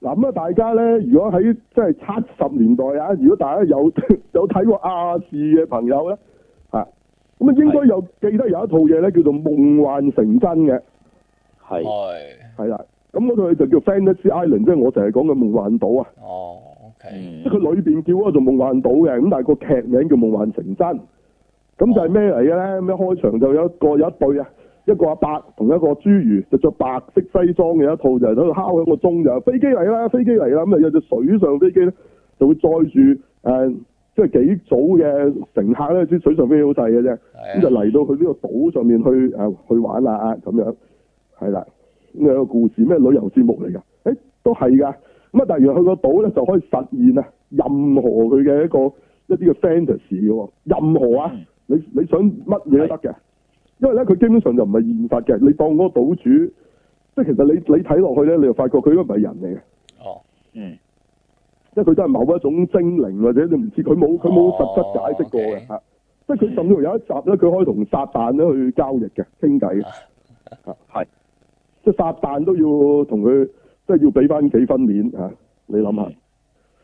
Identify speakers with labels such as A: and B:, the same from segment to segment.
A: 嗱咁啊，大家咧，如果喺即係七十年代啊，如果大家有 有睇過亞視嘅朋友咧，啊，咁啊應該有記得有一套嘢咧，叫做《夢幻成真》嘅，
B: 哦
A: 哦
C: 係
B: 係，
A: 係啦。咁嗰套嘢就叫 Fantasy Island，即係我成日講嘅夢幻島啊，
B: 哦，OK，
C: 嗯
A: 即係佢裏邊叫嗰個做夢幻島嘅，咁但係個劇名叫夢幻成真。咁就係咩嚟嘅咧？咁一開場就有一個有一對啊，一個阿伯同一個侏儒，就着白色西裝嘅一套，就喺度敲響個鐘就飛機嚟啦，飛機嚟啦！咁啊有隻水上飛機咧，就會載住誒、呃即係幾組嘅乘客咧，啲水上飛機好細嘅啫，咁就
B: 係啊，
A: 嚟到佢呢個島上面去誒、呃去玩啦咁樣，係啦。咁有個故事咩旅遊節目嚟㗎？誒、都係㗎。咁啊，但係原來佢個島咧就可以實現啊任何佢嘅一個一啲嘅 fantasy 嘅喎，任何啊。
C: 嗯
A: 你你想乜嘢都得嘅，因為咧佢基本上就唔係現實嘅，你當嗰個島主，即係其實你你睇落去咧，你就發覺佢應該唔係人嚟嘅，
B: 哦，
C: 嗯
A: 即係佢都係某一種精靈或者你唔知佢冇佢冇實質解釋過
B: 哦
A: 嘅
B: ，OK
A: 嚇，即係佢甚至乎有一集咧，佢可以同撒旦咧去交易嘅傾偈嘅，
C: 係
A: 即係撒旦都要同佢即係要俾翻幾分面嚇，你諗下，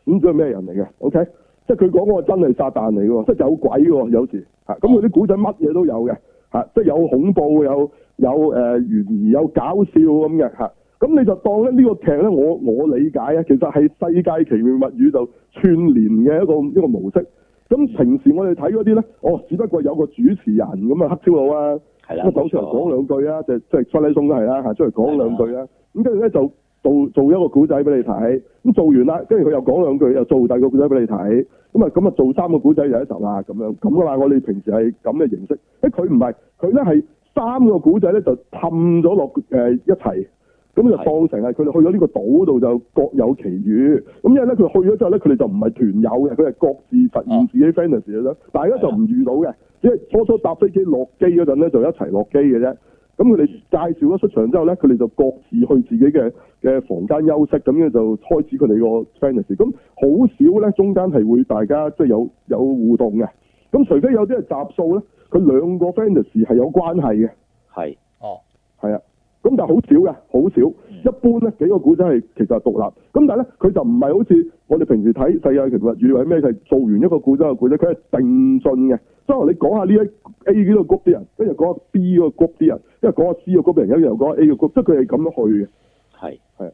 A: 咁佢係咩人嚟嘅？OK，即係佢講嗰個真係撒旦嚟嘅喎，即係有鬼嘅喎，有時嚇，咁佢啲古仔乜嘢都有嘅嚇，即係有恐怖有。有誒、呃、懸疑，有搞笑咁嘅嚇。咁你就當咧呢個劇咧，我我理解啊，其實係《世界奇妙物語》就串連嘅一個一個模式。咁平時我哋睇嗰啲咧，哦，只不過有個主持人咁啊，黑超佬啊，
C: 係啦，
A: 咁啊走出嚟講兩句啊，就即係出嚟松都係啦嚇，出嚟講兩句
C: 啊
A: 啦。咁跟住咧就做做一個古仔俾你睇，咁做完啦，跟住佢又講兩句，又做第二個古仔俾你睇。咁啊咁啊做三個古仔就一集啦，咁樣咁噶啊啦。我哋平時係咁嘅形式，誒佢唔係，佢咧係三個古仔咧就氹咗落誒一齊，咁就當成係佢哋去咗呢個島度就各有其語。咁因為咧佢去咗之後咧，佢哋就唔係團友嘅，佢係各自實現自己 fantasy 嘅啫。大家就唔遇到嘅，只係初初搭飛機落機嗰陣咧就一齊落機嘅啫。咁佢哋介紹咗出場之後咧，佢哋就各自去自己嘅嘅房間休息，咁樣就開始佢哋個 fantasy。咁好少咧，中間係會大家即係有有互動嘅。咁除非有啲係集數咧，佢兩個 fantasy 係有關係嘅，
C: 係
B: 哦，
A: 係啊。咁但係好少嘅，好少。
C: 嗯
A: 一般咧幾個古仔係其實係獨立，咁但係咧佢就唔係好似我哋平時睇世界奇物語或者咩，就係做完一個古仔嘅古仔，佢係定進嘅。所以你講下呢一 A 呢個 group 啲人，跟住講下 B 嗰個 group 啲人，因為講下 C 個 group 啲人，跟住又講下 A 個 group，即係佢係咁樣去嘅。
C: 係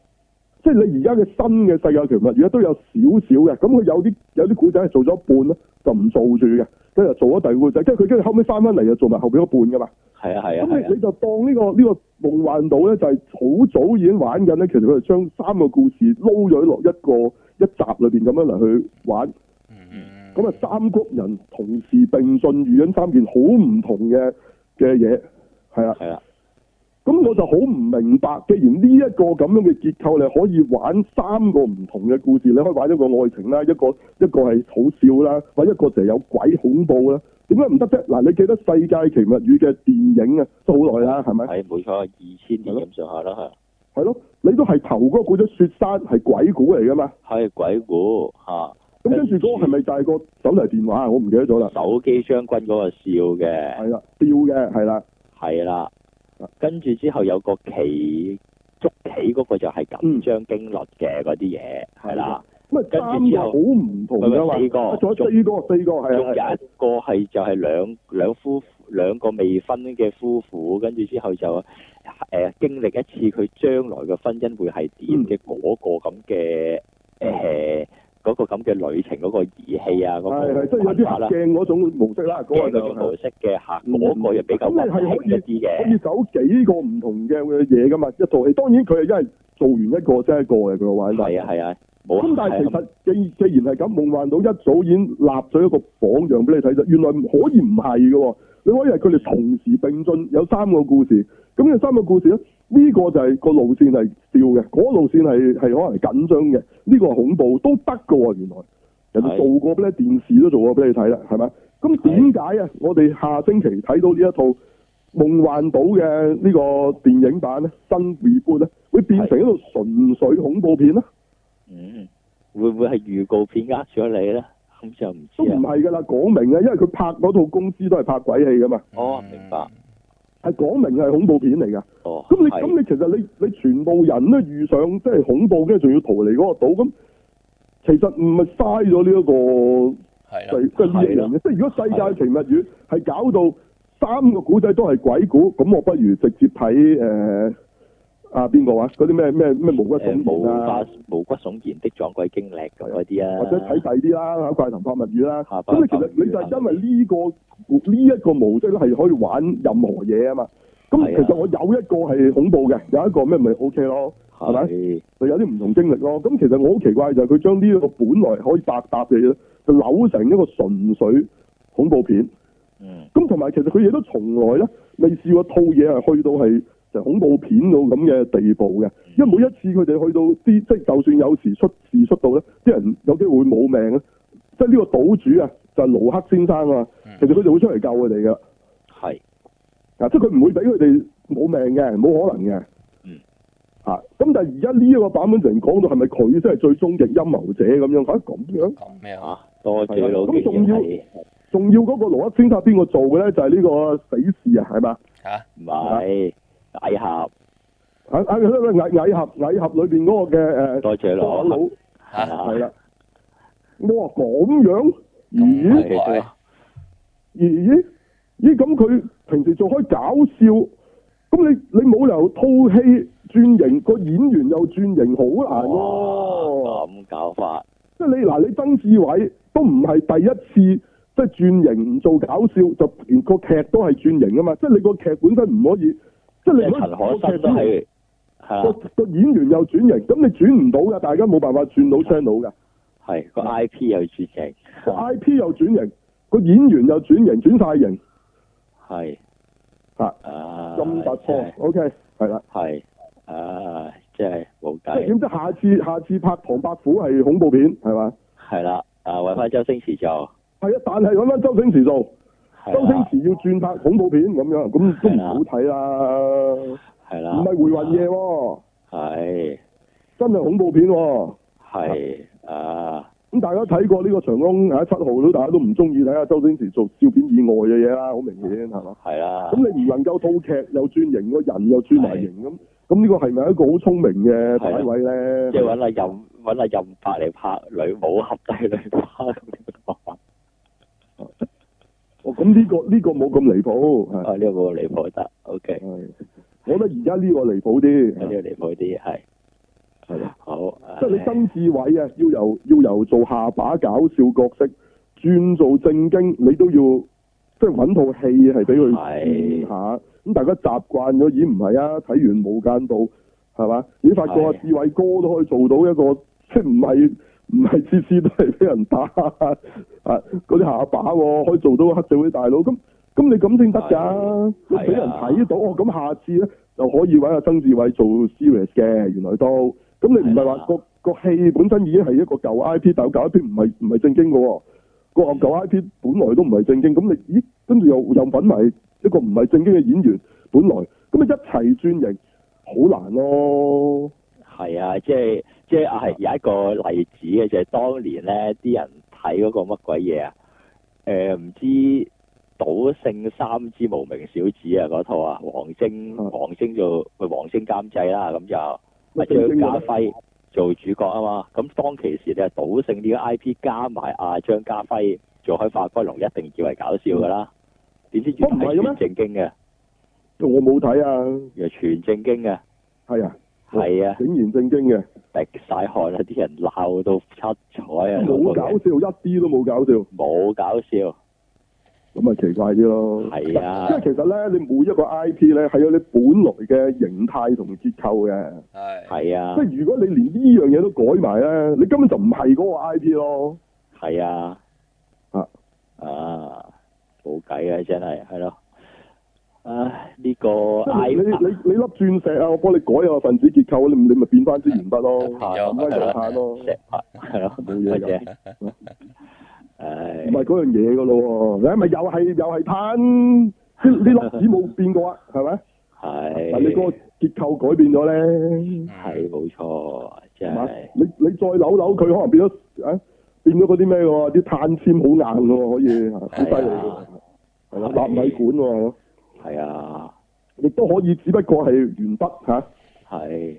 A: 即係你而家嘅新嘅世界奇物語咧都有少少嘅，咁佢有啲有啲古仔係做咗一半咧就唔做住嘅，跟住就做咗第二個古仔，跟住佢跟住後尾翻翻嚟就做埋後邊嗰半噶嘛。
C: 係啊係啊
A: 咁
C: 係
A: 你
C: 啊
A: 你就當呢、個呢、個夢幻島咧，就係、好早已經玩緊咧。其實佢哋將三個故事撈咗落一個一集裏邊咁樣嚟去玩。
B: 嗯，
A: 咁啊，三谷人同時並進遇緊三件好唔同嘅嘅嘢，係啊。
C: 係啦，
A: 咁我就好唔明白，既然呢一個咁樣嘅結構，你可以玩三個唔同嘅故事，你可以玩一個愛情啦，一個一個係好笑啦，或者一個就係有鬼恐怖啦，點解唔得啫？嗱，你記得《世界奇物語》嘅電影啊，都好耐啦，係咪？
C: 係冇錯，二千年咁上下啦係。
A: 係咯，你都係頭嗰個古咗雪山係鬼故嚟噶嘛？
C: 係鬼故嚇，
A: 咁跟住嗰個係咪就係個手提電話啊？我唔記得咗啦。
C: 手機將軍嗰個笑嘅，
A: 係啦，吊嘅係啦，
C: 係啦。跟住之後有個棋捉棋嗰個就係
A: 嗯
C: 緊張經律嘅嗰啲嘢，係啦。
A: 咁啊
C: 跟
A: 三
C: 住
A: 個
C: 之
A: 好
C: 後
A: 唔同噶嘛？啊
C: 咪咪四個
A: 仲有四個，四個
C: 哦仲
A: 係
C: 有
A: 啊係啊，
C: 一個係就係兩兩夫兩個未婚嘅夫婦，跟住之後就誒、呃、經歷一次佢將來嘅婚姻會係點嘅嗰個咁嘅誒嗰個咁嘅旅程嗰個儀器啊嗰、
A: 係
C: 個
A: 係即係有啲
C: 玩法
A: 合
C: 啦，
A: 鏡嗰種模式啦，嗰個
C: 嗰
A: 就
C: 種
A: 係
C: 模式嘅嚇，
A: 嗯
C: 嗰、個又比較
A: 咁你係
C: 溫馨一啲
A: 可以
C: 嘅，
A: 走幾個唔同嘅嘢噶嘛？一套戲當然佢係因為做完一個即係一個嘅佢個玩法。
C: 係啊係啊，冇
A: 咁但係其實既既然係咁，夢幻島一早已經立咗一個榜樣俾你睇就，原來可以唔係嘅喎。你可以係佢哋同時並進，有三個故事。咁呢三個故事咧，呢、個就係個路線係笑嘅，嗰、路線係係可能係緊張嘅，呢、個係恐怖都得嘅喎。原來人哋
C: 係
A: 做過俾你電視都做過俾你睇啦，係咪？咁點解啊？我哋下星期睇到呢一套夢幻島嘅呢個電影版咧，新 reboot 咧，會變成一套純粹恐怖片咧？
C: 嗯會唔會係預告片呃咗你咧？咁就唔
A: 都
C: 知
A: 唔
C: 啊。
A: 係㗎啦，講明啊，因為佢拍嗰套公司都係拍鬼戲㗎嘛，
C: 哦，明白。
A: 係講明係恐怖片嚟㗎。
C: 哦，
A: 咁你
C: 係
A: 咁你其實你你全部人都遇上即係恐怖，跟住仲要逃離嗰個島，咁其實唔係嘥咗呢一個
B: 係
A: 即係即係呢
B: 啦，
A: 一樣嘢。即係如果世界奇物語係搞到三個古仔都係鬼故，咁我不如直接睇誒、呃啊邊個話嗰啲咩咩咩毛骨
C: 誒
A: 悚然啊
C: 毛，骨毛骨悚然的撞鬼經歷咁嗰啲啊，
A: 或者睇第啲啦，睇怪談百物語啦。
C: 下巴
A: 咁你其實你
C: 啊
A: 就係因為呢、個呢一、個模式咧係可以玩任何嘢啊嘛。咁
C: 係啊
A: 其實我有一個係恐怖嘅，有一個咩咪 O K 咯。係咪
C: 係
A: 就有啲唔同經歷咯。咁其實我好奇怪就係佢將呢一個本來可以百搭嘅嘢咧，就扭成一個純粹恐怖片。
C: 嗯
A: 咁同埋其實佢亦都從來咧未試過套嘢係去到係就恐怖片到咁嘅地步嘅，因為每一次佢哋去到啲即係就算有時出事出到咧，啲人有機會冇命咧，即係呢個島主啊就係、盧克先生啊，其實佢就會出嚟救佢哋噶。
C: 係
A: 啊，即係佢唔會俾佢哋冇命嘅，冇可能嘅。
C: 嗯。
A: 嚇、咁但係而家呢一個版本成講到係咪佢先係最終極陰謀者咁樣？嚇、啊咁樣，
B: 咁咩啊？
C: 啊，多謝老
A: 咁
C: 嘅
A: 仲要
C: 係
A: 仲要嗰個羅克先生邊個做嘅咧？就係、呢個死侍啊，係嘛？
B: 嚇
C: 唔係矮俠，
A: 啊啊！蟻蟻俠蟻俠裏邊嗰個嘅誒
C: 多謝
A: 個
C: 老
A: 佬
B: 嚇
C: 係啊
A: 係啦。哇！咁樣，
B: 咁
A: 咦
B: 係
C: 係啊
A: 咦咦咁佢平時做開搞笑，咁你你冇理由套戲轉型，個演員又轉型，好難喎、
C: 哇咁搞法，
A: 即係你嗱，你曾志偉都唔係第一次即係轉型唔做搞笑，就連個劇都係轉型噶嘛。即係你個劇本身唔可以，即係
C: 即
A: 你
C: 係
A: 唔可以
C: 陳可辛都係係
A: 個
C: 啦，
A: 個個演員又轉型，咁你轉唔到噶，大家冇辦法轉
C: 啊
A: 到 channel 噶。
C: 係個 I P 又絕情，
A: 個 I P 又轉型，個演員又轉型，轉晒型，
C: 係
A: 嚇
C: 啊
A: 咁突
C: 真
A: 破
C: 係。
A: OK，係啦。
C: 係啊，真係冇
A: 即係
C: 計，
A: 點知下次下次拍唐伯虎係恐怖片係嘛？
C: 係啦，啊揾翻周星馳做，
A: 係啊，但係揾翻周星馳做，周
C: 係
A: 星
C: 啦，
A: 馳要轉拍恐怖片咁樣，咁都
C: 係
A: 唔
C: 啦
A: 好睇啦，
C: 係
A: 唔
C: 啊啦，
A: 係回魂夜喎。
C: 係
A: 真係恐怖片喎、
C: 係啊，
A: 咁大家睇過呢個長江喺七號都，大家都唔中意睇下周星馳做笑片以外嘅嘢啦，好明顯係嘛？
C: 係啦，
A: 咁你唔能夠套劇又轉型，個人又轉埋型咁，咁呢個係咪一個好聰明嘅擺位咧？
C: 即係揾阿任揾阿任伯嚟拍女武俠低女花咁樣，
A: 哦咁呢、個呢、個冇咁離譜，係
C: 啊呢個冇離譜得，OK，
A: 係我覺得而家呢個離譜
C: 呢個
A: 啲，
C: 離譜啲係
A: 係咯，
C: 好，
A: 嗯即係你曾志偉啊，要由要由做下把搞笑角色轉做正經，你都要即係揾套戲係俾佢
C: 係
A: 轉下。咁大家習慣咗，咦唔係啊？睇完《無間道》係嘛？咦發覺阿
C: 係
A: 志偉哥都可以做到一個即係唔係唔係次次都係俾人打啊嗰啲下把喎，可以做到黑社會大佬咁。咁你咁先得㗎
C: 係，啊
A: 你俾人睇到哦。咁下次咧就可以揾阿曾志偉做 series 嘅，原來都咁你唔係話
C: 係
A: 個個戲本身已經係一個舊 I P，但係舊 I P 唔係唔係正經嘅喎，個舊 I P 本來都唔係正經，咁你咦跟住又又揾埋一個唔係正經嘅演員，本來咁啊你一齊轉型好難咯，
C: 係啊，即係即係係有一個例子嘅，就係、當年咧啲人睇嗰個乜鬼嘢啊？誒、唔知賭聖三之無名小子啊嗰套啊，王晶
A: 嗯
C: 王晶做咪王晶監製啦，咁就阿
A: 乜
C: 張
A: 正經
C: 家
A: 嘅
C: 輝做主角啊嘛。咁當其時你係賭聖呢個 I P 加埋阿張家輝做開化骨龍，一定以為搞笑噶啦。點知原
A: 哦唔
C: 來
A: 係嘅咩
C: 係全正經嘅，
A: 我冇睇啊，
C: 原來全正經嘅，
A: 係啊，
C: 係啊。
A: 竟然正經嘅，
C: 滴晒汗啦！啲人鬧到七彩啊！
A: 冇搞笑，一啲都冇搞笑。
C: 冇搞笑，
A: 咁咪奇怪啲咯。
C: 係啊
A: 因為其實咧，你每一個 I P 咧係有你本來嘅形態同結構嘅，
B: 係
C: 係啊
A: 即，係如果你連呢樣嘢都改埋咧，你根本就唔係嗰個 I P 咯。
C: 係啊，
A: 啊
C: 啊，冇計啊，真係係咯。唉，呢個
A: 即係
C: I
A: 你你你你粒鑽石啊，我幫你改下分子結構，你你咪變翻支鉛筆咯，
B: 變
A: 唔
C: 啊
B: 咗
A: 該就嘆咯，
C: 石拍係咯，
A: 冇嘢㗎
C: 啫。 唉
A: 唔，係嗰樣嘢噶咯喎，你係咪又係又係攤？ 呢呢粒子冇變過啊，係咪？但你個
C: 係
A: 結構改變咗咧。
B: 嗯
C: 係冇錯，
A: 係
C: 真
A: 嘛
C: 係
A: 你你再扭扭佢，可能變咗啊，變咗嗰啲咩喎？啲碳纖好硬喎，可以好犀利
C: 係
A: 嘅
C: 啊，
A: 係咯，納米管喎，
C: 係啊，
A: 亦都可以，只不過係鉛筆嚇
C: 係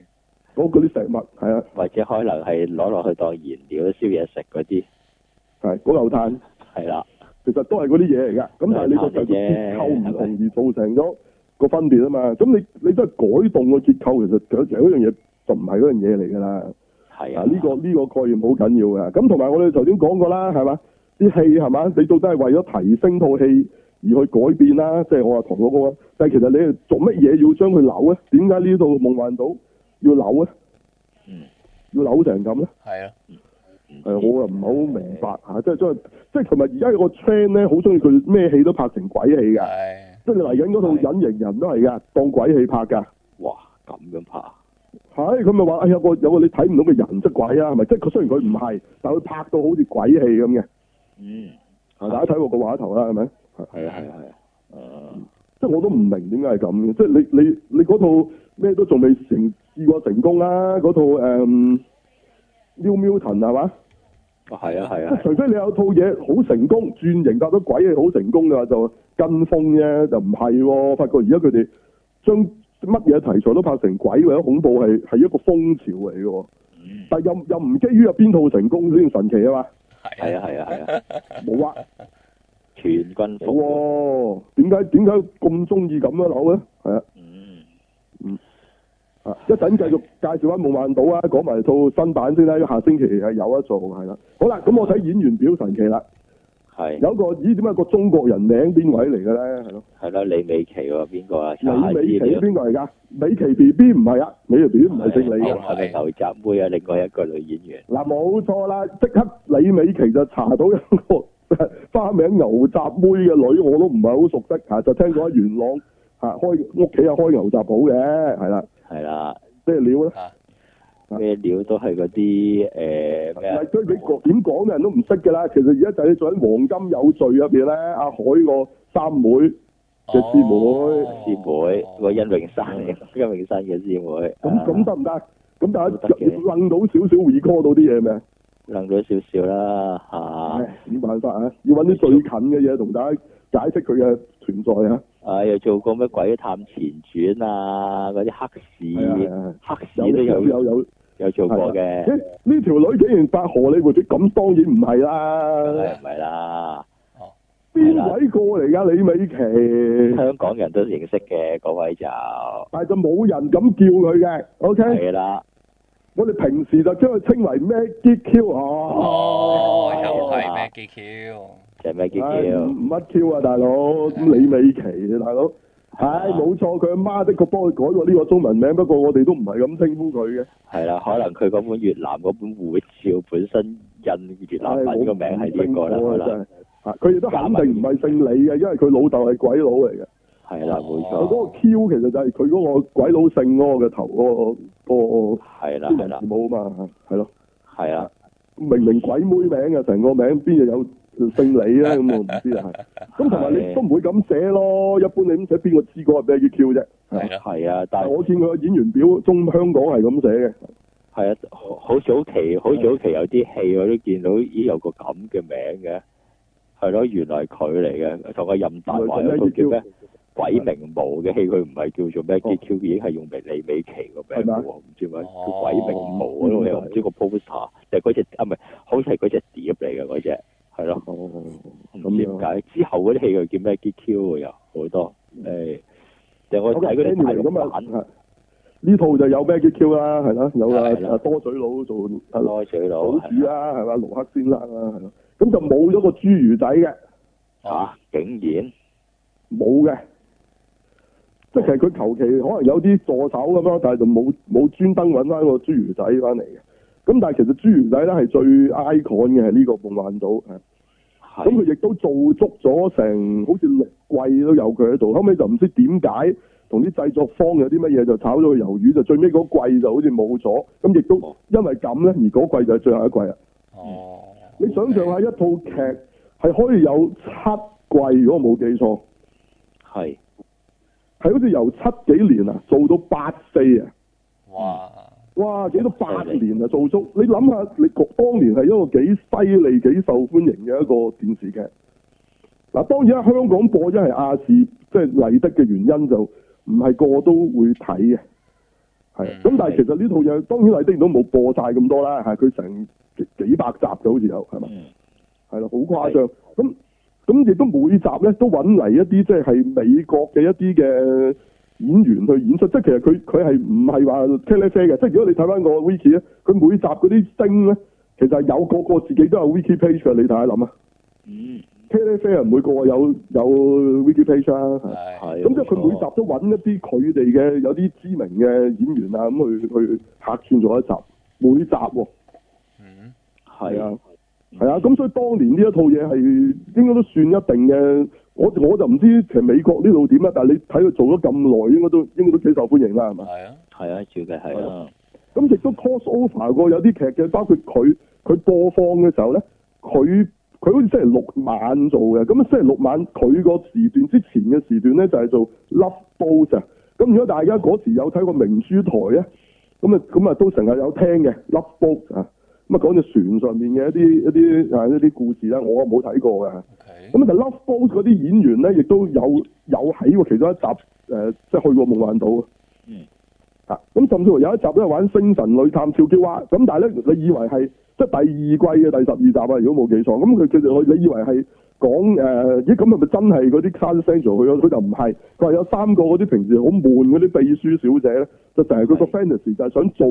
A: 嗰嗰啲石墨係啊，
C: 或者可能係攞落去當燃料燒嘢食嗰啲，
A: 係嗰嚿炭，
C: 係啦，
A: 其實都係嗰啲嘢嚟㗎。咁但係你個
C: 都係
A: 結
C: 碳嚟啫
A: 構唔同而造成咗個分別啊嘛。咁你你都係改動個結構，其實其實其實嗰樣嘢就唔係嗰樣嘢嚟㗎啦。
C: 係
A: 啊！
C: 啊，
A: 呢、個呢、個概念好緊要嘅。咁同埋我哋頭先講過啦，係嘛？啲戲係嘛？你到底係為咗提升套戲而去改變啦？即係我話唐老哥啊，但係其實你係做乜嘢要將佢扭咧？點解呢度夢幻島要扭咧？
C: 嗯，
A: 要扭成咁咧？
B: 係咯，
A: 係我啊唔係好明白嚇，即係將即係同埋而家有個 trend 咧，好中意佢咩戲都拍成鬼戲㗎。
B: 係
A: 即係你嚟緊嗰套
B: 係
A: 隱形人都係㗎，當鬼戲拍㗎。
C: 哇咁樣拍，
A: 係，佢咪話：哎呀，個有個你睇唔到嘅人即係鬼啊，係咪？即係佢雖然佢唔係，但係佢拍到好似鬼戲咁嘅。啊
C: 嗯，
A: 大家睇過個畫頭啦，係咪？
C: 係啊係啊係啊，嗯
A: 即係我都唔明點解係咁嘅。即係你你你嗰套咩都仲未成試過成功啦，嗰套誒《New Mutant》係嘛？
C: 哦係啊係
A: 即
C: 啊
A: 係除非你有套嘢好成功，轉型拍到鬼嘢好成功嘅話，就跟風啫，就唔係喎。發覺而家佢哋將乜嘢題材都拍成鬼或者恐怖係係一個風潮嚟嘅喎，
C: 嗯
A: 但係又又唔基於有邊套成功先神奇啊嘛，
C: 係
B: 係
C: 啊係啊係啊，
A: 冇啊，
C: 全軍
A: 冇
C: 覆沒，
A: 喎，點解點解咁中意咁樣扭咧？係啊。
C: 嗯
A: 啊！一陣繼續介紹翻夢幻島啊，講埋套新版先啦，因為下星期係有得做，係啦。好啦，咁我睇演員表神奇啦，
C: 係
A: 有個咦點解個中國人名邊位嚟嘅咧？係咯，
C: 係啦，李美琪喎邊個啊？查下
A: 李美
C: 資
A: 琪
C: 料。
A: 邊個嚟㗎？美琪 B B 唔係啊，美琪 B B 唔係姓李
C: 係啊
A: 嘅。
C: 係咪牛雜妹啊？另外一個女演員，
A: 嗱，冇錯啦，即刻李美琪就查到一個 花名牛雜妹嘅女，我都唔係好熟悉嚇，就聽講喺元朗嚇開屋企啊開牛雜鋪嘅，係啦，
C: 係啦，
A: 咩料咧？
B: 啊
C: 咩料都係嗰啲誒咩
A: 唔
C: 啊
A: 係，所以你講點講嘅人都唔識㗎啦。其實而家就係做緊《黃金有罪》入邊咧，阿海個三妹嘅師
B: 哦
A: 妹，
C: 哦師妹，個殷永山嚟，殷永山嘅師妹，
A: 咁咁
C: 啊
A: 得唔得？咁大家
C: 都得嘅
A: 楞到少少 recall 到啲嘢未？
C: 楞咗少少啦嚇，
A: 唉，冇辦法啊，要揾啲最近嘅嘢同大家解釋佢嘅存在啊。
C: 啊又做過咩鬼探前傳啊，嗰啲黑
A: 係啊係
C: 市，
A: 啊，
C: 黑市
A: 有
C: 都
A: 有
C: 有
A: 有有。
C: 有做過嘅，
A: 咦？呢條女竟然拍荷里活片，咁當然唔係啊
C: 梗
A: 啦。
C: 係唔係啦？
A: 邊
C: 係啦
A: 位個嚟㗎？李美琪，
C: 香港人都認識嘅嗰位就
A: 但係就冇人咁叫佢嘅。OK。
C: 係啦，
A: 我哋平時就將佢稱為 Maggie Q 哦
B: 哦，又係咩哦 GQ？
C: 就係咩叫
A: 唉
C: 叫
A: 乜 Q 啊，大佬咁李美琪大佬，唉冇錯，佢阿媽的確幫佢改過呢個中文名，不過我哋都唔係咁稱呼佢嘅，
C: 係啦，可能佢嗰本越南嗰本護照本身印越南文個名啊係呢個啦，可能
A: 嚇啊佢亦都肯定唔係姓李嘅，因為佢老豆係鬼佬嚟嘅。
C: 係啦，冇
A: 佢
C: 錯，
A: 嗰個 Q 其實就係佢嗰個鬼佬姓嗰個嘅頭嗰個嗰個
C: 係啦
A: 英
C: 係
A: 文
C: 啦
A: 字母啊嘛，係咯。
C: 係啊啦
A: 明明鬼妹名啊，成個名邊度有姓李 咧？咁我唔知啊。係咁同埋你都唔會咁寫咯，一般你咁寫邊個知嗰個咩叫 Q 啫？
B: 係咯，
C: 係啊，但
A: 但係
C: 係
A: 我見佢個演員表中香港係咁寫嘅，
C: 係啊，好好早期好早期有啲戲我都見到，咦有個咁嘅名嘅，係咯，原來佢嚟嘅，同阿任達華有套叫咩鬼名無嘅戲，佢唔係叫做咩 GQ，已經係用嚟李美琪個
A: 哦係
C: 名
A: 啊哦嘛
C: 喎，唔知咪叫
B: 哦
C: 鬼名無嗰度，又唔知個 poster 就係嗰只啊，唔係好似係嗰只碟嚟嘅嗰只，係咯。
A: 哦，
C: 唔知點解之後嗰啲戲佢叫咩 GQ 喎又好多，
A: 嗯
C: 誒，就我睇嗰啲大
A: anyway 咁
C: 陸
A: 啊，
C: 版
A: 係呢套就有咩叫 Q 啦，係啦，有
C: 係啦
A: 啊多嘴佬做啊
C: 開水佬
A: 老
C: 哦係啊
A: 鼠啦，係嘛，盧克先生啦，係咯，咁就冇咗個侏儒仔嘅，
B: Ờ.
C: 啊，竟然
A: 冇嘅。即係其實佢求其可能有啲助手咁咯，但係就冇冇專登揾翻個侏儒仔翻嚟嘅。咁但係其實侏儒仔咧係最 icon 嘅係呢個夢幻島，係咁
C: 係
A: 佢亦都做足咗成好似六季都有佢喺度，後尾就唔知點解同啲製作方有啲乜嘢就炒咗佢魷魚，就最尾嗰季就好似冇咗，咁亦都
C: 哦
A: 因為咁咧，而嗰季就係最後一季啦。
B: 哦，
A: 你想象下一套劇係可以有七季，如果我冇記錯，
C: 係
A: 係好似由七幾年啊做到八四啊，
B: 哇，
A: 哇幾多八
C: 犀利
A: 年啊做足，你諗下你局當年係一個幾犀利、幾受歡迎嘅一個電視劇。嗱，當然啦香港播因係亞視即係麗的嘅原因就唔唔係個個都會睇嘅，係啊
B: 嗯
A: 咁但係其實呢套嘢當然麗的都冇播晒咁多啦，係佢成幾幾百集嘅好似有係咪？
C: 嗯
A: 係咯，好誇張。咁咁亦都每集咧都揾嚟一啲即係美國嘅一啲嘅演員去演出，即係其實佢佢係唔係話茄喱啡嘅？即係如果你睇翻個 wiki 咧，佢每集嗰啲星咧，其實係有個個自己都有 wiki page 嘅，你睇下諗啊。
C: 嗯，
A: 茄喱啡啊，每個有有 wiki page 啊，係
C: 係。
B: 係
A: 咁即係佢每集都揾一啲佢哋嘅有啲知名嘅演員啊，咁去去客串咗一集，每集喎、
B: 嗯
A: 係
C: 係
A: 啊，係啊，咁所以當年呢一套嘢係應該都算一定嘅。我我就唔知其實美國呢度點啊啦，但係你睇佢做咗咁耐，應該都應該都幾受歡迎啦，係嘛？
B: 係啊
C: 係啊，照計係啊，
A: 咁亦都 cross over 過有啲劇嘅，包括佢佢播放嘅時候咧，佢佢好似星期六晚做嘅，咁啊星期六晚佢個時段之前嘅時段咧就係、做 Love Boat 啊。咁如果大家嗰時有睇過明珠台咧，咁啊咁啊都成日有聽嘅 Love Boat 啊，咁啊講隻船上面嘅一啲一啲啊一啲故事啦，我冇睇過嘅。
B: ，OK，
A: 咁就 Love Boat 嗰啲演員咧，亦都有有喺過其中一集誒、呃即係去過夢幻島。
C: 嗯。
A: 啊，咁甚至乎有一集咧玩《星神女探俏嬌娃》，咁但係咧，你以為係即係第二季嘅第十二集啊，如果冇記錯，咁佢佢哋你以為係講誒，咦咁係咪真係嗰啲 class angel 去咗？佢就唔係，佢話有三個嗰啲平時好悶嗰啲秘書小姐咧，就成日佢個
C: 係
A: fantasy 就係想做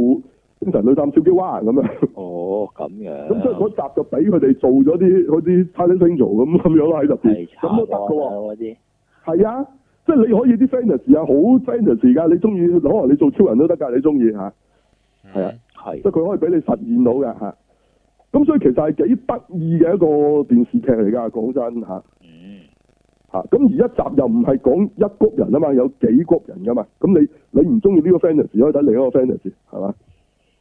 A: 星神女探俏嬌娃咁啊樣。
C: 哦咁樣。
A: 咁所以嗰集就俾佢哋做咗啲嗰啲 Silent Angel 咁 咁樣啦喺入邊，
C: 係慘啊
A: 咁都得嘅喎。
C: 嗰啲。
A: 係啊，即係你可以啲 fantasy 啊，好 fantasy 㗎，你中意可能你做超人都得㗎，你中意嚇，
C: 係啊
B: 嗯，
C: 係
A: 即係佢可以俾你實現到嘅嚇。咁所以其實係幾得意嘅一個電視劇嚟㗎，講真嚇
C: 嗯
A: 嚇。啊咁而一集又唔係講一 group 人啊嘛，有幾 group 人㗎嘛。咁你你唔中意呢個 fantasy 可以睇另一個 fantasy 係嘛？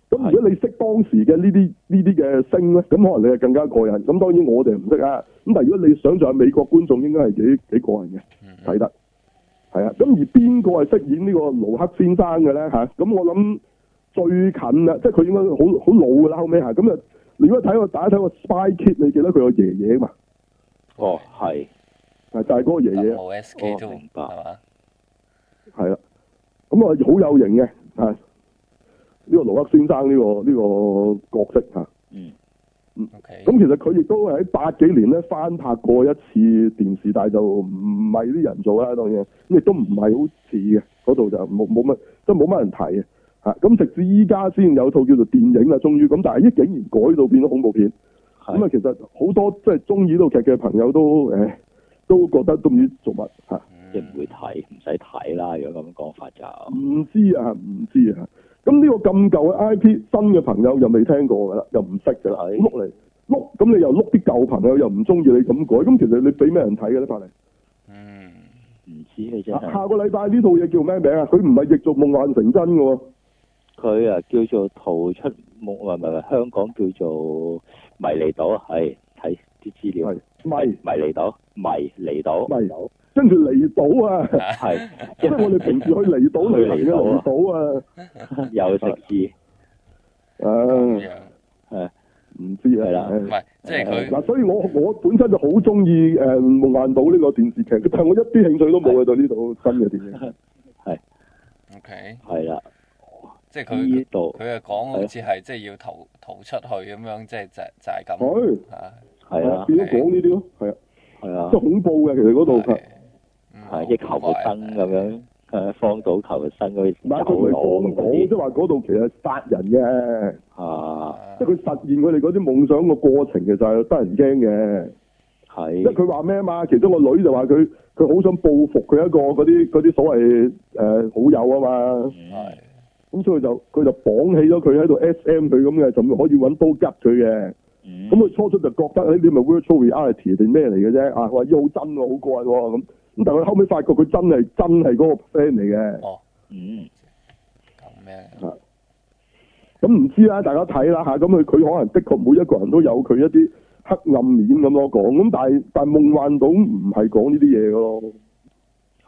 A: 咁
C: 係
A: 如果你識當時嘅呢啲呢啲嘅星咧，咁可能你係更加過癮。咁當然我哋唔識啊。咁但係如果你想像美國觀眾應該係幾幾過癮嘅。
B: 嗯
A: 睇得，係啊。咁而邊個係飾演呢個盧克先生嘅咧嚇？咁我諗最近啦，即係佢應該好好老噶啦，後尾嚇。咁啊，如果睇過大家睇過 Spy Kid，你記得佢個爺爺嘛？
C: 哦係
A: 係就係、嗰個爺啊爺，
B: 冇 SK 都
C: 哦明白
B: 係嘛？
A: 係啦。咁啊，好有型嘅嚇。呢、個盧克先生呢、個呢、個角色嚇。
C: 嗯
B: OK，
A: 咁其實佢亦都係喺八幾年咧翻拍過一次電視，但係就唔係啲人做啦，當然咁亦都唔係好似嘅，嗰度就冇冇乜即係冇乜人睇嘅嚇。咁直至依家先有套叫做電影啦，終於咁，但係咦竟然改到變咗恐怖片，咁啊
C: 係
A: 其實好多即係中意呢套劇嘅朋友都誒、唉都覺得都唔知做乜啊嚇，
B: 嗯
C: 即係唔會睇，唔使睇啦。如果咁講法就
A: 唔知啊唔知啊。咁呢個咁舊嘅 I P，新嘅朋友又未聽過㗎啦，又唔識㗎啦，
C: 係
A: 碌嚟碌咁你又碌啲舊朋友又唔中意你咁改，咁其實你俾咩人睇嘅咧？法嚟？
B: 嗯
C: 唔知你真
A: 啊
C: 係。
A: 下個禮拜呢套嘢叫咩名啊？佢唔係譯做夢幻成真嘅喎，
C: 佢啊叫做逃出夢，唔係唔係唔係香港叫做迷離島，係睇啲資料
A: 係。哦咪
C: 迷離島，迷離島，
A: 咪跟住離島 啊，
C: 係
A: 即係我哋平時去離島旅行嘅離島啊，
C: 有食字，
B: 咁
A: 誒
B: 樣
A: 啊唔知
C: 係
A: 啊
C: 啦，
B: 唔
A: 誒
B: 係即係佢
A: 嗱，所以我我本身就好中意誒夢幻島呢個電視劇，但係我一啲興趣都冇去到啊呢度新嘅電影。
B: OK，
C: 係啦，
B: 即係佢
C: 呢度
B: 佢嘅講好似係即係要逃逃出去咁樣，即係就就係咁
A: 係
B: 啊，
C: 係啦，
A: 變咗講呢啲咯，係啊，
C: 係啊
A: 即係，恐怖嘅其實嗰度啊係，
B: 嗯
C: 係一求生咁樣，誒荒島求生嗰
A: 唔
C: 啲
A: 係佢
C: 走
A: 唔係
C: 佬咁
A: 講講，即
C: 嗰
A: 係話嗰度其實係殺人嘅，
C: 啲啊，
A: 即係佢實現佢哋嗰啲夢想個過程其實係得人驚嘅。即係
C: 係
A: 佢話咩啊嘛？其中個女就話佢佢好想報復佢一個嗰啲嗰啲所謂誒、呃好友啊嘛，
C: 嗯
A: 咁所以就佢就綁起咗佢喺度 S.M 佢咁嘅，就可以揾刀吉佢嘅。
C: 嗯
A: 咁佢初初就覺得呢啲咪 virtual reality 定咩嚟嘅啫？啊，話咦好真喎，好過癮喎咁。咁但係佢後尾發覺佢真係真係嗰個 friend 嚟嘅。
B: 哦
C: 嗯
B: 咁樣
A: 咁唔知啊啦，大家睇啦嚇。咁佢佢可能的確每一個人都有佢一啲黑暗面咁咯講。咁但係但係夢幻島唔係講呢啲嘢嘅咯。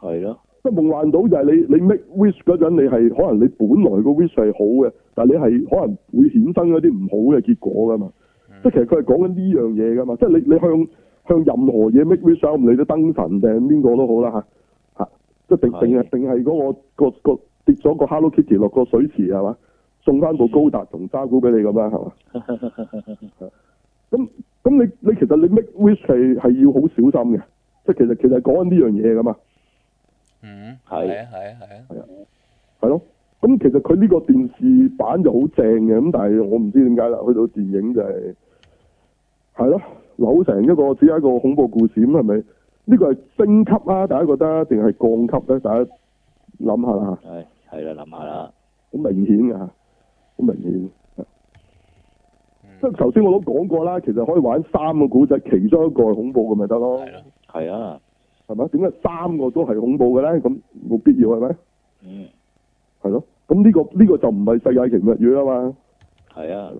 C: 係咯，
A: 即係夢幻島就係你你 make wish 嗰陣，你係可能你本來個 wish 係好嘅，但係你係可能會衍生嗰啲唔好嘅結果噶嘛。
B: 嗯
A: 即係其實佢係講緊呢樣嘢噶嘛。即係你你向向任何嘢 make wish 啊唔理你登神定係邊個都好啦嚇嚇。即係定定係定係嗰個個個跌咗個 Hello Kitty 落個水池係嘛？送翻部高達同渣古俾你咁樣係嘛？咁咁你你其實你 make wish 係係要好小心嘅，即係其實其實講緊呢樣嘢噶嘛，
B: 嗯，
C: 係
B: 係啊，係啊，係啊，
A: 係咯。咁其實佢呢個電視版就好正嘅，咁但係我唔知點解啦，去到電影就係係咯，扭成一個只係一個恐怖故事咁係咪？呢、個係升級啊，大家覺得定係降級咧？大家諗下啦嚇。
C: 係係啦，諗下啦，
A: 好明顯㗎，好明顯。
B: 嗯
A: 啊即係頭先我都講過啦，其實可以玩三個古仔，其中一個係恐怖嘅咪得咯
B: 係，咯，
C: 係啊，
A: 係咪？點解三個都係恐怖嘅咧？咁冇必要係咪？
C: 嗯，
A: 係咯。咁呢、個呢、個就唔係世界奇物語啦嘛。
C: 係啊，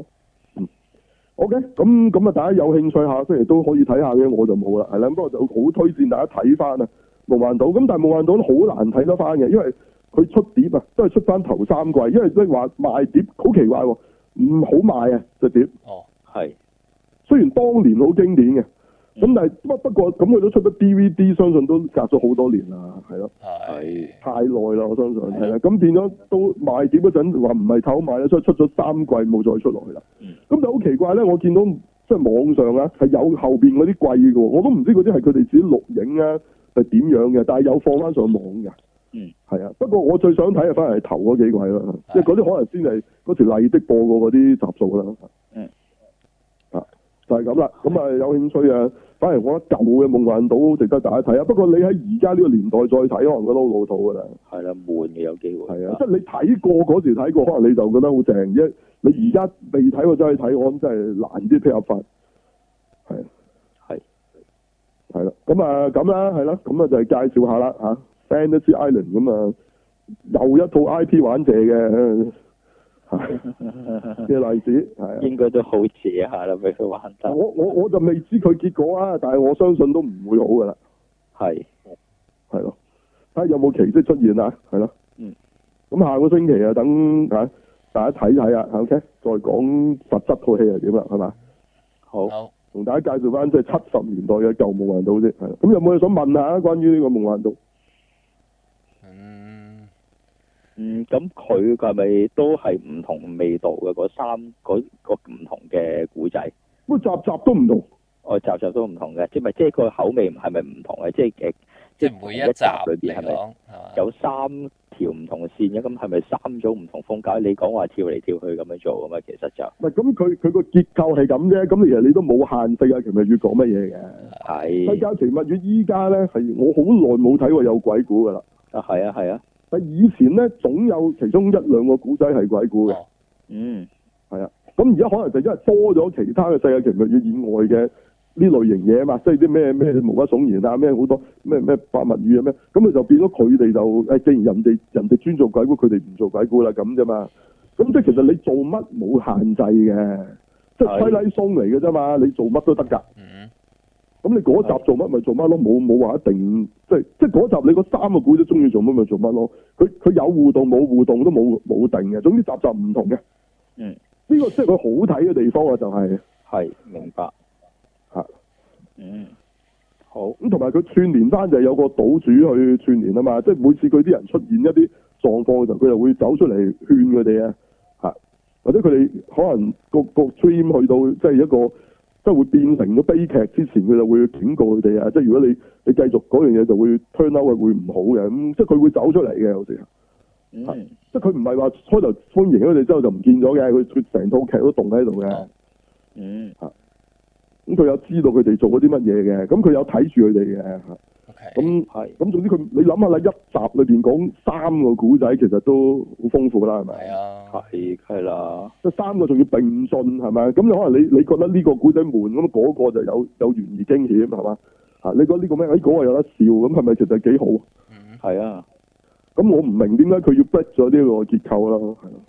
A: OK，咁咁啊，大家有興趣下星期都可以睇下嘅，我就冇啦，係啦。不過就好推薦大家睇翻啊《夢幻島》。咁但係《夢幻島》好難睇得翻嘅，因為佢出碟啊，都係出翻頭三季，因為即係話賣碟好奇怪喎，唔好賣啊隻碟。
B: 哦，
C: 係
A: 雖然當年好經典嘅，咁但係不不過咁佢都出咗 DVD，相信都隔咗好多年啦，係
B: 嗯
A: 咯，
B: 係，
A: 太耐啦，我相信係啦，咁變咗都賣碟嗰陣話唔係炒賣啦，所以出咗三季冇再出落去啦
C: 嗯。
A: 咁但係好奇怪咧，我見到即係網上啊係有後邊嗰啲季嘅喎，我都唔知嗰啲係佢哋自己錄影啊定點樣嘅，但係有放翻上網㗎。
C: 嗯，
A: 係啊，不過我最想睇嘅反而係頭嗰幾季啦，
B: 係
A: 即係嗰啲可能先係嗰條麗的播過嗰啲集數啦。
C: 嗯，
A: 啊，就係咁啦。咁啊，有興趣啊，反而我覺得舊嘅夢幻島值得大家睇啊。不過你喺而家呢個年代再睇，可能覺得好老土㗎啦。
C: 係啦，悶嘅有機會，
A: 係啊，即係你睇過嗰時睇過，可能你就覺得好正。而家你而家未睇過真係睇，我諗真係難啲配合法。係啊
C: 係
A: 係啦，咁啊咁啦，係啦，咁啊就係介紹下啦嚇。Fantasy Island 咁啊，又一套 IP 玩謝 嘅嚇嘅例子係啊。
C: 應該都好謝下啦，俾佢玩得，
A: 我我我就未知佢結果啊，但係我相信都唔會好噶啦，
C: 係
A: 係咯。睇下有冇奇蹟出現啊，係咯。
C: 嗯。
A: 咁下個星期啊，等啊大家睇睇啊，OK，再講實質套戲係點啦，係嘛？
C: 好，
B: 好，
A: 同大家介紹翻即係七十年代嘅舊夢幻島先，係啦。咁有冇嘢想問下啊關於呢個夢幻島？
B: 嗯，
C: 嗯，咁佢係咪都係唔同味道嘅嗰三嗰嗰唔同嘅古仔？
A: 咁集集都唔同，
C: 我集集都唔同嘅，即係咪即係個口味係咪唔同嘅？即係誒，
B: 即係
C: 係
B: 每一集
C: 裏邊
B: 嚟
C: 係咪
B: 講係嘛？
C: 有三條唔同嘅線嘅？咁係咪三種唔同風格？你講話跳嚟跳去咁樣做咁啊？其實就
A: 唔係咁佢佢個結構係咁啫。咁其實你都冇限世界奇物語講乜嘢嘅。世
C: 係
A: 界奇物語依家咧係我好耐冇睇過有鬼故噶啦。
C: 啊，係啊，係啊，
A: 但以前咧，總有其中一兩個古仔係鬼故嘅，
B: 哦
C: 嗯，
A: 咁而家可能就因為多咗其他嘅世界奇物語以外嘅呢類型嘢啊嘛，即係啲咩咩無不悚然啊，咩好多咩咩百物語啊咩，咁佢就變咗佢哋就誒，既然人哋人哋專做鬼故，佢哋唔做鬼故啦咁啫嘛。咁即係其實你做乜冇限制嘅，即係
C: 係
A: 推拉鬆嚟嘅啫嘛，你做乜都得㗎。
B: 嗯，
A: 咁你嗰集做乜咪做乜咯，冇冇話一定即係即係嗰集你嗰三個故仔中意做乜咪做乜咯。佢佢有互動冇互動都冇冇定嘅，總之集集唔同嘅。
C: 嗯，
A: 呢個即係佢好睇嘅地方啊，就係
C: 係明白，
A: 嚇
C: 嗯，好，
A: 咁同埋佢串連翻就係有個島主去串連啊嘛，即係每次佢啲人出現一啲狀況嘅時候，佢就會走出嚟勸佢哋啊嚇，或者佢哋可能個個 dream 去到即係一個。即係會變成咗悲劇之前，佢就會警告佢哋啊！即係如果你你繼續嗰樣嘢，就會 turn out 會唔好嘅咁，即係佢會走出嚟嘅有時。
C: 嗯，
A: 即係佢唔係話開頭歡迎咗佢哋之後就唔見咗嘅，佢佢成套劇都凍喺度嘅。
B: 哦
C: 嗯，
A: 咁佢有知道佢哋做咗啲乜嘢嘅，咁佢有睇住佢哋嘅。
B: ，OK，
A: 咁
C: 係，
A: 咁總之佢你諗下啦，一集裏邊講三個古仔，其實都好豐富啦，係咪？
B: 係啊，
C: 係，係啦，
A: 即係三個仲要並進係咪？咁你可能你你覺得呢個古仔悶，咁啊嗰個就有有懸疑驚險係嘛？啊，你覺得呢個咩？誒、嗰個有得笑，咁係咪其實幾好？
B: 嗯，
C: 係啊，
A: 咁我唔明點解佢要 break 咗呢個結構咯，係咯，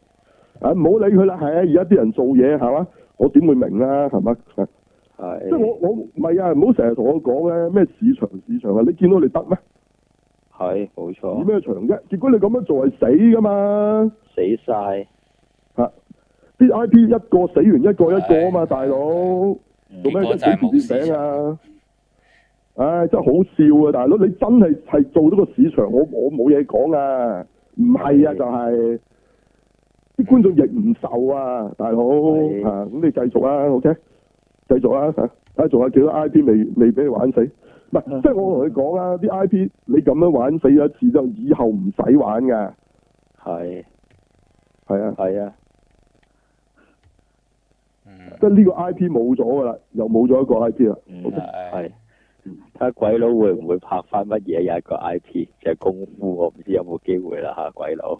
A: 啊唔好理佢啦，係啊，而家啲人做嘢係嘛，我點會明啊，係嘛，係
C: 係，
A: 即係我我唔係啊，唔好成日同我講咧咩市場市場啊，你見到你得咩？
C: 係冇
B: 哦
A: 市
C: 錯，
A: 咩場啫？結果你咁樣做係死噶嘛，
C: 死晒，
A: 啲 I P 一個死完一個一個啊嘛，
B: 係
A: 大佬做咩
B: 結果
A: 啫？
B: 就係
A: 幾
B: 冇
A: 時
B: 市
A: 變
B: 場
A: 名啊？啊唉，真係好笑啊！大佬，你真係係做到個市場，我我冇嘢講啊！唔係啊，
C: 係
A: 就係、啲觀眾亦唔受啊，大佬
C: 係
A: 啊！咁你繼續啊，OK，繼續啊嚇，睇下仲有幾多 I P 未未俾你玩死。唔係，即係我同你講啊，啲 I P 你咁樣玩死咗一次之後，以後唔使玩噶，
C: 係
A: 係啊，
C: 係啊，
B: 嗯，
A: 即係呢個 I P 冇咗噶啦，又冇咗一個 I P 啊啦。
C: 嗯
B: 係
C: 係。睇下鬼佬會唔會拍翻乜嘢有一個 I P 就係功夫，我唔知有冇機會啦嚇，鬼佬。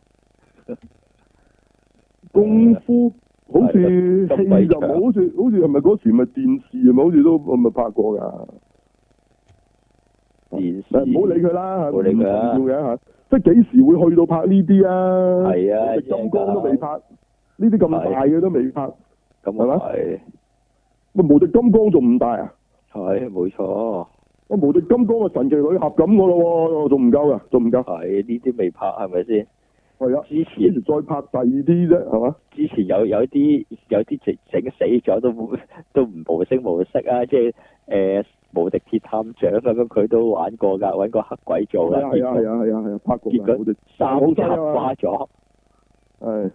A: 功夫好似戲
C: 係啦
A: 就冇，好似好似係咪嗰時咪電視係咪好似都咪拍過㗎？
C: 電視
A: 誒啊唔好理佢啦，
C: 唔好理佢啊啦
A: 唔重要嘅嚇。即係幾時會去到拍呢啲啊？
C: 係啊
A: 我哋金剛都未拍，呢啲咁大嘅都未拍，
C: 咁啊係
A: 咪無敵金剛仲唔大啊？
C: 係冇錯，
A: 我無敵金剛啊神奇女俠咁噶咯喎，仲唔夠啊？仲唔夠？
C: 係呢啲未拍係咪先？
A: 係啊，
C: 之
A: 幾
C: 前
A: 時再拍第二啲啫？係嘛？
C: 之前有有啲有啲整整死咗都冇都唔 無聲無息啊！即係誒、呃、無敵鐵探長啊咁樣，佢都玩過㗎，揾個黑鬼做
A: 係
C: 啦
A: 啊，係啊係啊係啊係啊，拍過
C: 結果
A: 㗎，無敵
C: 三
A: 好犀
C: 集
A: 利啊
C: 瓜咗，
A: 係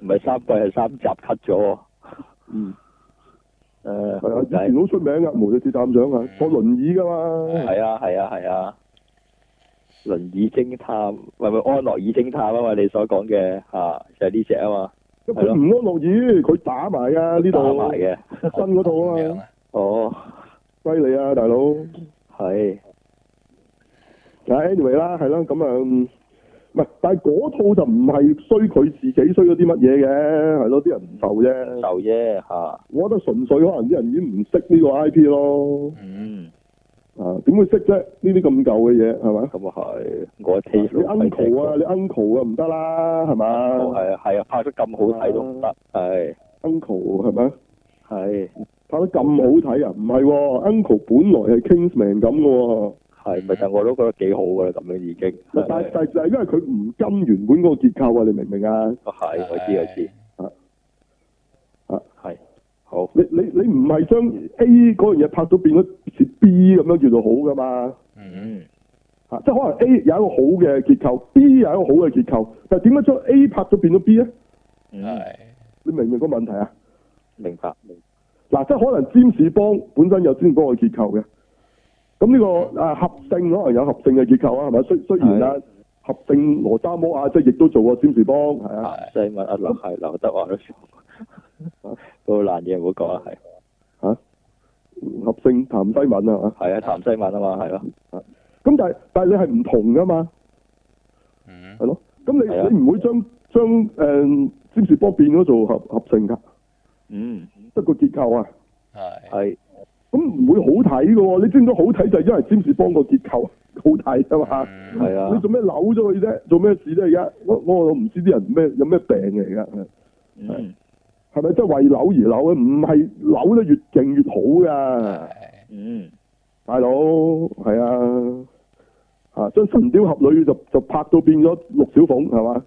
C: 唔係三季係三集 cut 咗。呃
A: 嗯
C: 誒
A: 係啊，
C: 好
A: 以前
C: 抵
A: 好出名㗎，無敵鐵探長啊，坐輪椅㗎嘛。
C: 係啊係啊係啊！輪椅偵探，唔係唔係安樂椅偵探啊嘛？你所講嘅嚇就係呢只啊嘛，
A: 咁
C: 係
A: 佢
C: 咯
A: 唔安樂椅，佢打埋㗎呢
C: 打
A: 度
C: 埋嘅。
A: 新嗰 套啊
B: 咁樣
A: 嘛，
B: 啊，
C: 哦，
A: 犀利啊大佬！
C: 係
A: 嗱，anyway 啦，係啦，咁啊，嗯唔係，但係嗰套就唔係衰佢自己衰咗啲乜嘢嘅，係咯，啲人唔受啫。
C: 受啫嚇。
A: 我覺得純粹可能啲人已經唔識呢個 I P 咯，
C: 嗯。
A: 啊，點會識啫？呢啲咁舊嘅嘢係咪？
C: 咁啊係，我睇
A: 你 uncle 啊，你 uncle 啊唔得啦，係嘛
C: 係啊係啊，拍得咁好睇都唔得，係
A: ？uncle 係咪？
C: 係
A: 拍得咁好睇啊？唔係喎，uncle 本來係 Kingsman 咁嘅喎，
C: 係，咪就我都覺得幾好噶啦，咁樣已經
A: 但係但係就係因為佢唔跟原本嗰個結構啊，你明唔明啊？
C: 係，我知我知，係好
A: 你你你唔係將 A 嗰樣嘢拍到變咗似 B 咁樣叫做好噶嘛？
B: 嗯，
C: 嗯
A: 嚇，即係可能 A 有一個好嘅結構，B 有一個好嘅結構，但係點解將 A 拍到變咗 B 咧？
C: 嗯，
B: 係，
A: 你明唔明個問題啊？
C: 明白
A: 嗱，即係可能占士邦本身有占士邦嘅結構嘅，咁呢個啊合性可能有合性嘅結構啊，係咪？雖雖然啊合性羅渣摩啊亞即係亦都做過占士邦，係啊，
C: 啊，西問阿劉係劉德華都 做，嗰個爛嘢唔好講啊，係
A: 合性譚西敏啊係嘛，
C: 係啊，譚西問啊嘛，係咯，
A: 咁但係但係你係唔同噶嘛？
B: 嗯
A: 係咯，咁你
C: 係啊
A: 你唔會將將誒占士波變咗做合合成㗎，
C: 嗯
A: 得個結構啊，
B: 係，
C: 係
A: 咁唔會好睇嘅喎。你知唔知好睇就係因為占士邦個結構好睇啫嘛。
B: 嗯
C: 係
A: 你
C: 啊，
A: 做咩扭咗佢啫？做咩事啫？而家我我我唔知啲人咩有咩病嚟㗎，
C: 嗯
A: 係咪真係為扭而扭啊？唔係扭得越勁越好㗎，
B: 係
C: 嗯
A: 大佬係啊。啊！將神雕俠侶就就拍到變咗陸小鳳係嘛？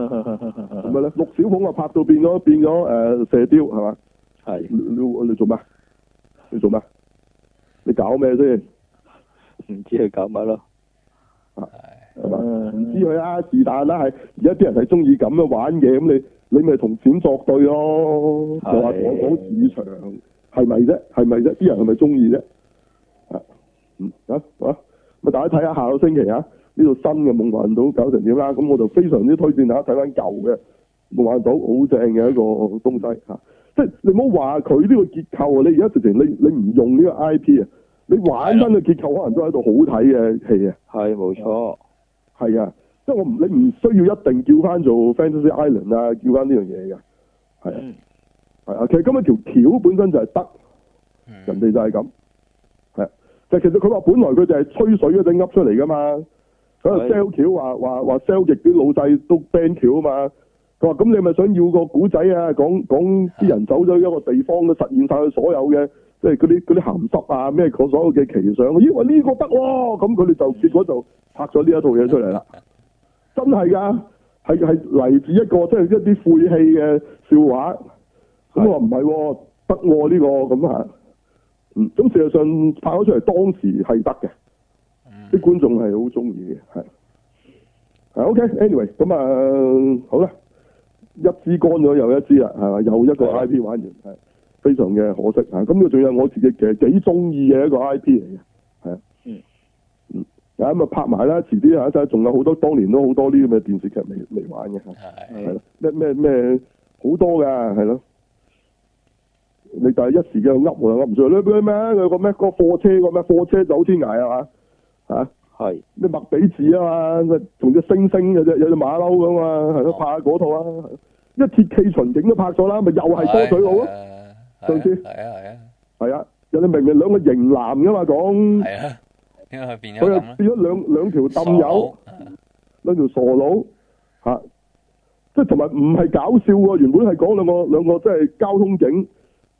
A: 咁咪
C: 係
A: 咧？陸小鳳啊拍到變咗變咗誒射雕係嘛？你你你做咩？你做咩？你搞咩先？
C: 唔知佢搞乜咯，
A: 係嘛？唔知佢啦，是但啦，係而家啲人係中意咁樣玩嘢，咁你你咪同錢作對咯。就
C: 係
A: 話講講市場係咪啫？係咪啫？啲人係咪中意啫？啊，嗯啊啊，咪大家睇下下個星期啊，呢度新嘅夢幻島搞成點啦？咁我就非常之推薦大家睇翻舊嘅夢幻島，好正嘅一個東西嚇。即係你唔好話佢呢個結構啊！你而家直情你你唔用呢個 I P 啊，你玩翻個結構可能都係一度好睇嘅戲啊！
C: 係冇錯，
A: 係啊，即係我唔你唔需要一定叫翻做 Fantasy Island 啊，叫翻呢樣嘢嘅，係啊
C: 嗯
A: 係啊，其實今日條橋本身就係得，
B: 嗯
A: 人哋就係咁，係啊，就其實佢話本來佢就係吹水嗰陣噏出嚟噶嘛，佢話
C: 係
A: sell 橋話話話 sell 亦啲老細都 ban 橋啊嘛，佢話咁你咪想要個古仔啊，講講啲人走咗一個地方都實現晒佢所有嘅。即係嗰啲嗰啲鹹濕啊，咩嗰所有嘅奇想，咦喂呢、個得喎、咁佢哋就結果就拍咗呢一套嘢出嚟啦。真係㗎，係係嚟自一個即係一啲晦氣嘅笑話。咁
C: 係
A: 我話唔係喎，得喎呢個咁啊，嗯咁事實上拍咗出嚟當時係得嘅，
B: 嗯
A: 啲觀眾係好中意嘅，係。係 OK，anyway，咁啊好啦，一支乾咗又一支啦，係嘛？又一個
B: 係
A: I P 玩完，係非常嘅可惜嚇。咁佢仲有我自己其實幾中意嘅一個 I P 嚟嘅，係啊。
C: 嗯
A: 嗯。啊咁啊拍埋啦，遲啲嚇，真係仲有好多當年都好多呢啲咁嘅電視劇未未玩嘅啊嚇。
B: 係
A: 係咯，咩咩咩好多㗎，係咯。你但係一時嘅噏我又噏唔出，你咩咩佢個咩個貨車個咩貨車走天涯係嘛？嚇
C: 係
A: 咩麥比治啊嘛，同隻猩猩有隻有隻馬騮咁嘛，係咯，
B: 哦
A: 拍下嗰套啊。一鐵騎巡警都拍咗啦，咪又係多水佬咯。
B: 咯
A: 上次
B: 係啊係啊
A: 係啊，人哋明明兩個型男㗎嘛講，
B: 係啊，點解佢變咗
A: 佢又
B: 咁咧？
A: 變咗兩兩條
B: 傻
A: 氹友。兩條傻佬嚇、即係同埋唔係搞笑喎，原本係講兩個兩個即係交通警，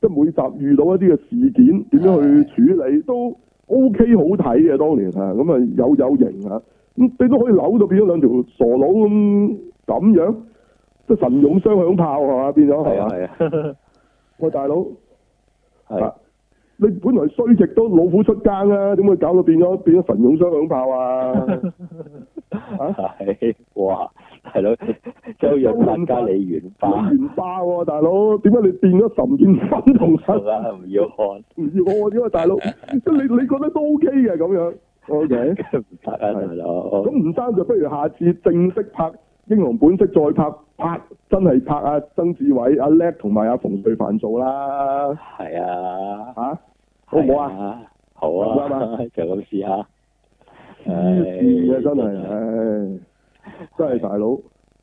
A: 即係每集遇到一啲嘅事件點樣去處理都 OK 好睇嘅當年嚇，咁啊有有型嚇，咁你都可以扭到變咗兩條傻佬咁咁樣，即係神勇雙響炮係嘛變咗
C: 係
A: 係
C: 啊
A: 嘛？
C: 係啊
A: 喂大佬！
C: 係啊，
A: 你本來衰極都老虎出更啊，點會搞到變咗變咗神勇雙響炮啊？啊
C: 係 哇，係 咯，周潤發加李元霸，
A: 完爆喎，大佬，點解你變咗岑建芬同陳
C: 係嘛？唔要看，
A: 唔要我？點解 大佬？即係你你覺得都 OK 嘅咁樣，OK？
C: 梗係唔得啊，大佬
A: 咁。唔爭就不如下次正式拍《英雄本色》，再拍拍真係拍阿曾志偉、阿叻同埋阿馮瑞凡做啦，
C: 係啊，
A: 嚇、好唔好啊？
C: 啊？好
A: 好唔好
C: 啊
A: 啊，
C: 就咁試下。
A: 黐線嘅真啊係，
C: 唉
A: 唉，真係大佬，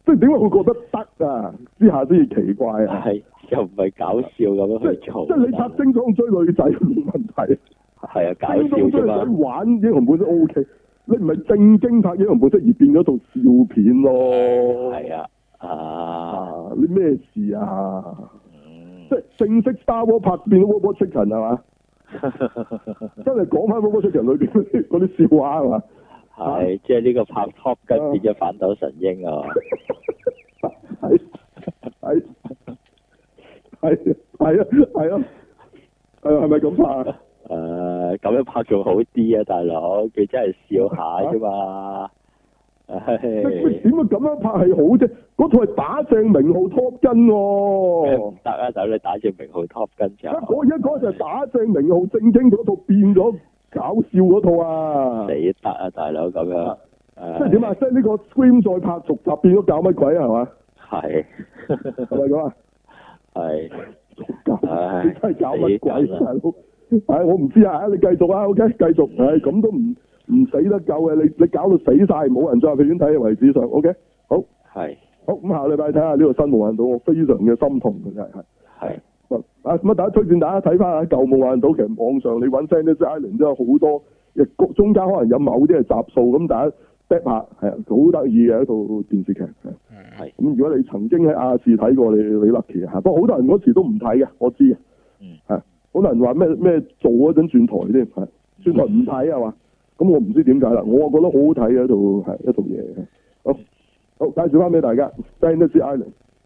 A: 即係點解會覺得得啊？之下先至奇怪啊！
C: 係又唔係搞笑咁
A: 即係
C: 樣
A: 即
C: 去做。
A: 係你拍精裝追女仔冇問題。
C: 係啊，搞
A: 正
C: 笑
A: 宗
C: 啫
A: 追想
C: 嘛。
A: 玩英雄本色 O K，你唔係正經拍英雄本色而變咗做笑片咯。
C: 係啊，啊，
A: 啊，你咩事啊？
C: 嗯
A: 即，係正式 Star Wars 拍變咗 w o r w a r Chicken 係 嘛？真係講翻 w o r w a r Chicken 裏邊嗰啲笑話係嘛？
C: 係即係呢個拍 Top
A: 啊
C: 跟變咗反斗神英啊，
A: 係係係係啊係啊係啊係咪咁拍啊？
C: 誒呃咁樣拍仲好啲啊，大佬，佢真係笑下啫
A: 啊
C: 嘛。唉
A: 即係點解咁樣拍係好啫？嗰套係打正名號 Top 跟喎
C: 唔。得啊，大佬你打住名號 Top 跟之後，
A: 啊我一嗰就打正名號正經嗰套變咗搞笑嗰套啊！
C: 死得啊，大佬咁樣。
A: 即
C: 即
A: 係點啊？即係呢個 Scream 再拍續集變咗搞乜鬼啊？係 嘛？
C: 係
A: 係咪咁啊？
C: 係
A: 搞
C: 唉
A: 你真係搞乜鬼
C: 死
A: 啊
C: 梗
A: 大佬？唉，我唔知啊！你繼續啊，OK，繼續。唉，咁都唔唔死得夠嘅，你你搞到死晒，冇人再入戲院睇為止上，OK。好，
C: 係
A: 好咁下禮拜睇下呢個新無限島，我非常嘅心痛嘅真係。
C: 係
A: 啊咁啊！大家推薦大家睇翻下舊無限島，其實網上你揾 Fantasy Island 都有好多，亦中間可能有某啲係集數，咁大家 step 下，係啊，好得意嘅一套電視劇。係
B: 嗯
C: 係
A: 咁如果你曾經喺亞視睇過，你你 lucky 嚇。不過好多人嗰時都唔睇嘅，我知嘅。
C: 嗯。
A: 係好多人話咩咩做嗰陣轉台添，係轉台唔睇啊係嘛？咁我唔知點解啦，我啊覺得好好睇嘅一套係一套嘢。好，好介紹翻俾大家 Fantasy Island。